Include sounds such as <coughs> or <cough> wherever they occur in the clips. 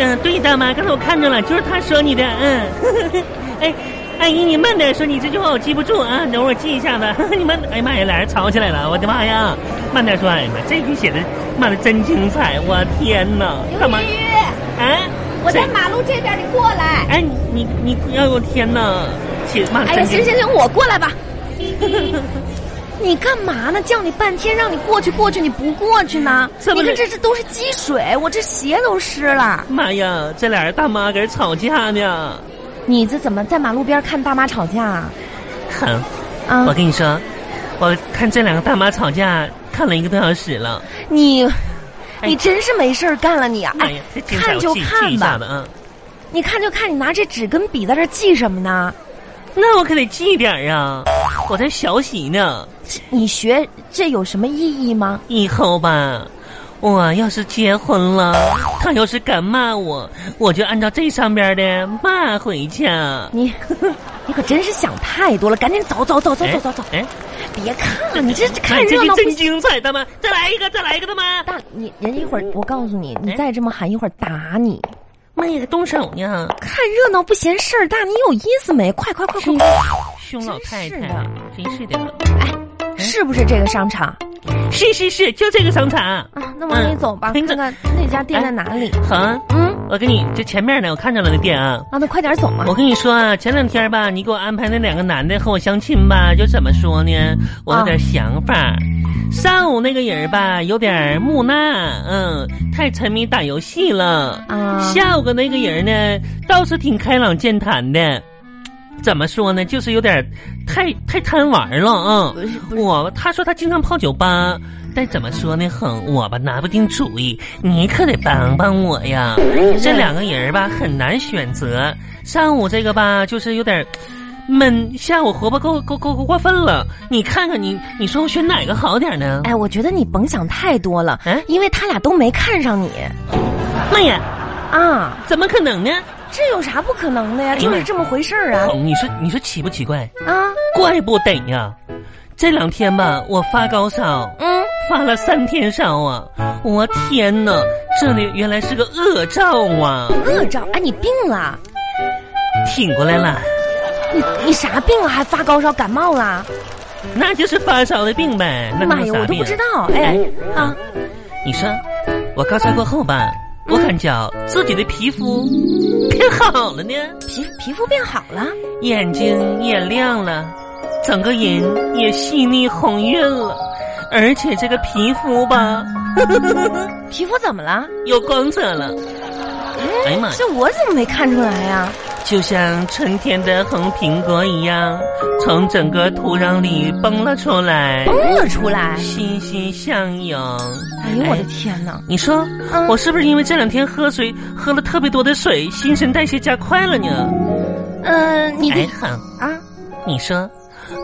嗯对的嘛，刚才我看着了，就是他说你的，嗯。 <laughs> 哎，阿姨，你慢点说，你这句话我记不住啊，等会儿记一下子。 <laughs> 你慢，哎呀妈呀，俩人吵起来了，我的妈呀！慢点说，哎呀妈，这句写的，妈的真精彩，我天哪！刘干嘛玉？玉，哎，我在这马路这边，你过来。哎，你你，哎呦我天哪！写妈的哎真呀，行精彩。行行，我过来吧。 <laughs> 你干嘛呢？叫你半天，让你过去过去，你不过去呢？这不你是看这这都是积水，我这鞋都湿了。妈呀，这俩人大妈搁这吵架呢。你这怎么在马路边看大妈吵架啊？哼，啊我，跟你说，我看这两个大妈吵架看了一个多小时了。你，哎你真是没事儿干了你啊！妈哎呀，这，精彩，看我就记记看一下吧子，啊。你看就看，你拿这纸跟笔在这记什么呢？那我可得记点儿啊，我在学习呢。你学这有什么意义吗？以后吧，我要是结婚了，他要是敢骂我，我就按照这上边的骂回去啊。你， <laughs> 你可真是想太多了，赶紧走走走走走走走，哎，别看了，你这这哎看这热句闹不真行。精彩，大妈，再来一个，再来一个，大妈。大你人家一会儿，我告诉你，你哎再这么喊，一会儿打你。妈呀，动手呢，看热闹不嫌事儿大，你有意思没？快快快快！凶老太真是太的，真是的。是不是这个商场是是是，就这个商场。啊？那往里嗯走吧，你看走看那家店在哪里。好啊，嗯，我跟你这前面呢，我看着了那店啊。啊，那快点走嘛我。跟你说啊，前两天吧，你给我安排那两个男的和我相亲吧，就怎么说呢？我有点想法。上午那个人吧，有点木讷，嗯，太沉迷打游戏了。啊下午的那个人呢，倒是挺开朗健谈的。怎么说呢？就是有点太太贪玩了啊！不是不是我他说他经常泡酒吧，但怎么说呢？哼，我吧拿不定主意，你可得帮帮我呀！嗯这两个人吧很难选择。上午这个吧就是有点闷，下午活泼够够够够过分了。你看看你，你说我选哪个好点呢？哎，我觉得你甭想太多了哎，因为他俩都没看上你妈呀，啊，怎么可能呢？这有啥不可能的呀？呀就是这么回事儿啊你说你说奇不奇怪？啊，怪不得呀！这两天吧，我发高烧。嗯，发了三天烧啊！我天哪，这里原来是个恶兆啊！恶兆哎，你病了？挺过来了，你你啥病啊了？还发高烧、感冒了？那就是发烧的病呗。那妈能呀，有哎我啥都病不？知道。哎啊，你说，我高烧过后吧，我感觉自己的皮肤 <laughs> 变好了呢，皮皮肤变好了。眼睛也亮了，整个人也细腻红润了，而且这个皮肤吧皮肤怎么了？有光泽了，哎呀妈呀这我怎么没看出来呀、就像春天的红苹果一样，从整个土壤里蹦了出来。蹦了哦出来！欣欣向荣。哎呦我的天哪！你说、嗯我是不是因为这两天喝水喝了特别多的水，新陈代谢加快了呢？呃，你哎的哼，啊，你说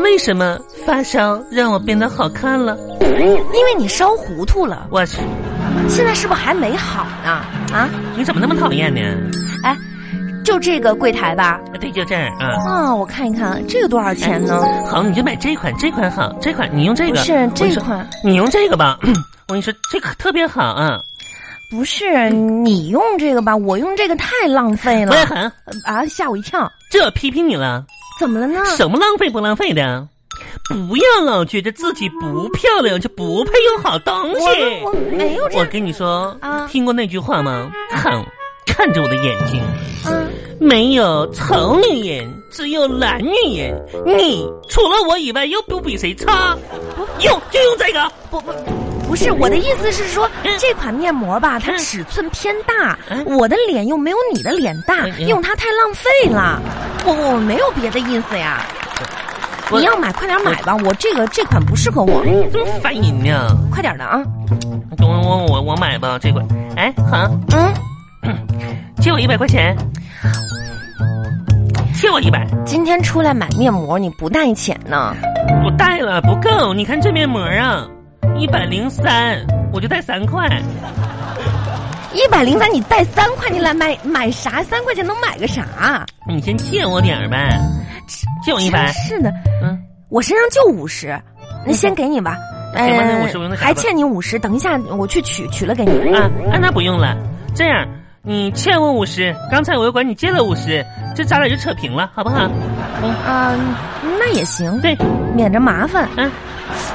为什么发烧让我变得好看了？因为你烧糊涂了，我去，现在是不是还没好呢？啊，你怎么那么讨厌呢？哎，就这个柜台吧。对，就这样啊。啊，我看一看，这个多少钱呢？好，你就买这款，这款好，这款你用哎这不个。是我跟这你说，款，你用这个吧。 <coughs> 我跟你说，这个特别好啊。不是你用这个吧？我用这个太浪费了我也很，啊！吓我一跳，这批评你了。怎么了呢？什么浪费不浪费的？不要老觉得自己不漂亮就不配有好东西。我我没有这我跟你说，啊听过那句话吗？看，看着我的眼睛，啊，没有丑女人，只有懒女人。你除了我以外，又不比谁差。用就用这个，不不。不是我的意思是说嗯，这款面膜吧，它嗯尺寸偏大，嗯我的脸又没有你的脸大，嗯嗯用它太浪费了。我我没有别的意思呀，我你要买快点买吧，我这个这款不适合我，真烦人呢。快点的啊。我我我我买吧，这款。哎，好， <coughs> 嗯，借我一百块钱，借我一百。今天出来买面膜你不带钱呢？我带了不够，你看这面膜啊，一百零三，我就带三块。一百零三你带三块，你来买买啥？三块钱能买个啥？啊你先借我点儿呗，借我一百真。是的，嗯，我身上就五十，那先给你吧。呃行哎吧那50我用那啥吧嗯还欠你五十，等一下我去取，取了给你。啊啊，那不用了。这样，你欠我五十，刚才我又管你借了五十，这咱俩就扯平了，好不好？啊、那也行，对，免着麻烦。嗯，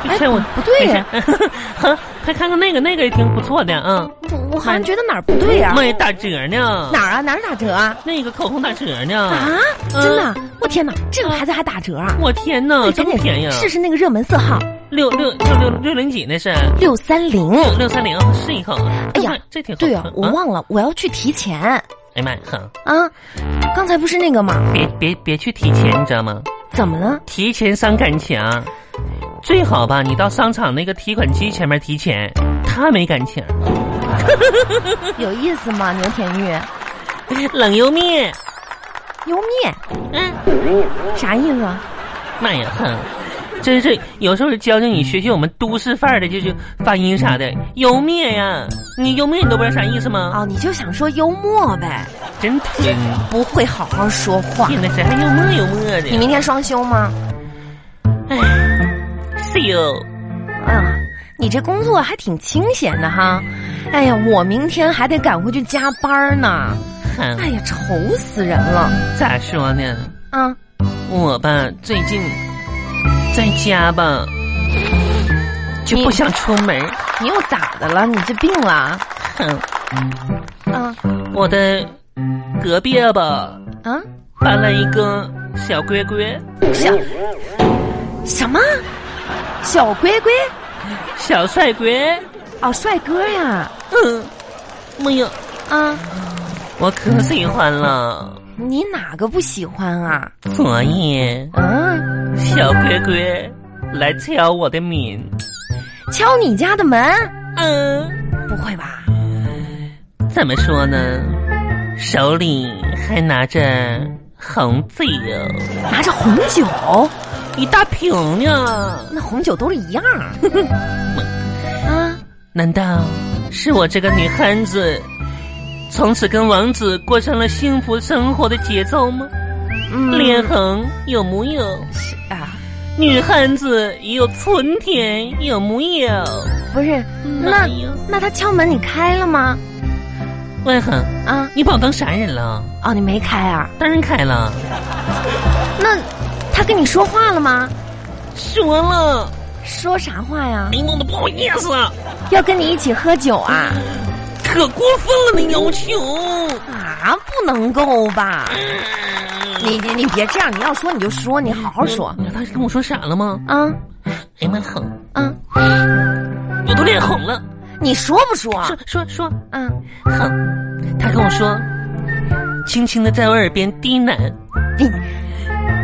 就哎欠我、不对呀没事 <laughs> 好，还看看那个，那个也挺不错的，嗯，我我好像觉得哪儿不对呀、妈呀，打折呢，哪儿啊？哪儿打折啊？那个口红打折呢，啊，嗯真的啊？我天哪，这个牌子还打折啊？我天呐，对这赶么紧便宜啊！试试那个热门色号六六六六六零几那是六三零。六六三零，试一口。哎呀，这挺好对吃嗯呀、我。忘了，我要去提前哎呀妈呀，好，啊。刚才不是那个吗？别别别去提前，你知道吗？怎么了？提前伤感情，最好吧，你到商场那个提款机前面提前，他没感情。嗯有意思吗？牛田玉，冷油面，牛面嗯，啥意思啊？妈呀，哼。真是有时候教教你学学我们都市范儿的，就就发音啥的，油面呀，你油面你都不知道啥意思吗？哦，你就想说幽默呗，真甜，不会好好说话。天哪，谁还幽默幽默的？你明天双休吗？是哟。啊，你这工作还挺清闲的哈。哎呀，我明天还得赶回去加班呢。哼哎呀，愁死人了咋说呢？啊！我吧，最近在家吧，就不想出门。你又咋的了？你这病了？哼，啊我的隔壁吧啊！搬了一个小乖乖，小什么？小龟龟？小帅哥。哦，帅哥呀！嗯，没有，啊，我可喜欢了。你哪个不喜欢啊？所以啊，小乖乖来敲我的门。敲你家的门？嗯，不会吧？怎么说呢？手里还拿着红酒，拿着红酒，一大瓶呢。那红酒都是一样儿。 <laughs> 啊，难道是我这个女汉子，从此跟王子过上了幸福生活的节奏吗？嗯脸红有木有？啊，女汉子也有春天有木有？不是，那哎呦那他敲门你开了吗？喂恒，啊，你把我当啥人了？哦，你没开啊？当然开了，那他跟你说话了吗？说了，说啥话呀哎？呀弄得不好意思，要跟你一起喝酒啊？可过分了，你要求。啊，不能够吧？你你你别这样，你要说你就说，你好好说你知嗯道他跟我说啥了吗？啊哎呀妈，恒，啊！我都脸红了。你说不说？说说说，啊，哼，他跟我说，轻轻的在我耳边低喃你：“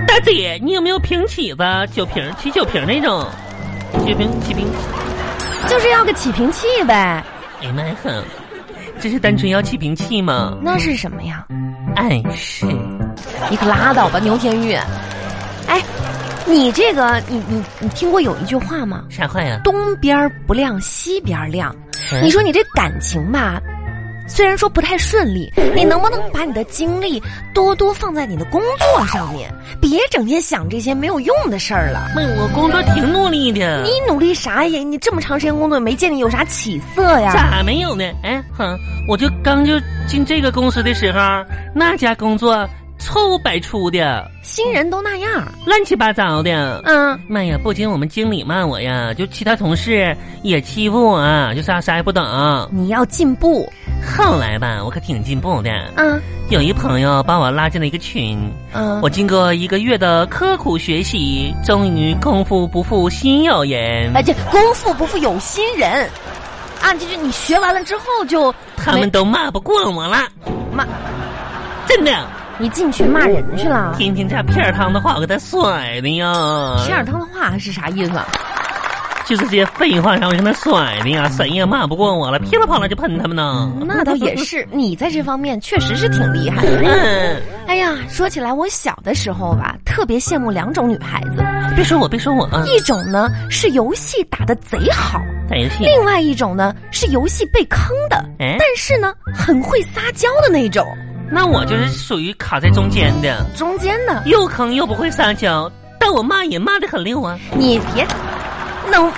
大姐，你有没有瓶起子？酒瓶、起酒瓶那种？酒瓶、起瓶？就是要个起瓶器呗。哎呀妈呀，哼，这是单纯要起瓶器吗？哎那是什么呀？暗示你可拉倒吧，牛天玉。哎，你这个，你你你听过有一句话吗？啥话呀？东边儿不亮西边儿亮。嗯你说你这感情吧，虽然说不太顺利，你能不能把你的精力多多放在你的工作上面？别整天想这些没有用的事儿了。哎妈，我工作挺努力的你，努力啥呀？你这么长时间工作，没见你有啥起色呀？咋没有呢？哎，哼，我就刚就进这个公司的时候，那家工作臭百出的，新人都那样。乱七八糟的。嗯，妈呀！不仅我们经理骂我呀，就其他同事也欺负我啊，就啥啥也不懂。你要进步。后来吧，我可挺进步的。嗯有一朋友把我拉进了一个群，嗯，我经过一个月的刻苦学习，终于功夫不负心有人，哎，这功夫不负有心人。啊，这就你学完了之后就他们都骂不过我了。骂真的，你进群骂人去了。天天这片儿汤的话我给他甩的呀，片儿汤的话是啥意思啊？就是这些废话让我跟他甩的呀，谁也骂不过我了，噼里啪啦就喷他们呢。那倒也是，你在这方面确实是挺厉害的。嗯，哎呀，说起来，我小的时候吧，特别羡慕两种女孩子，别说我，别说我啊，一种呢是游戏打得贼好，打游戏。另外一种呢是游戏被坑的，哎但是呢很会撒娇的那种。那我就是属于卡在中间的，中间呢，又坑又不会撒娇，但我骂也骂的很溜啊。你别能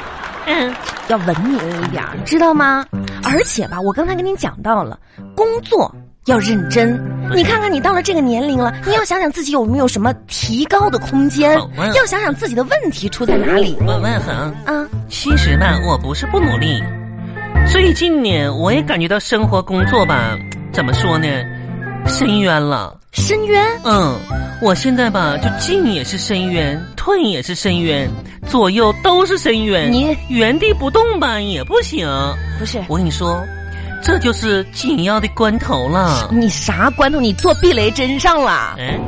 嗯，要文明一点儿，知道吗？而且吧，我刚才跟你讲到了，工作要认真。是你看看，你到了这个年龄了，你要想想自己有没有什么提高的空间好啊，要想想自己的问题出在哪里万万恒，啊。其实吧，我不是不努力，最近呢，我也感觉到生活工作吧，怎么说呢，深渊了。深渊，嗯，我现在吧，就进也是深渊，退也是深渊，左右都是深渊。你原地不动吧也不行。不是我跟你说，这就是紧要的关头了。你啥关头？你做避雷针上了？哎，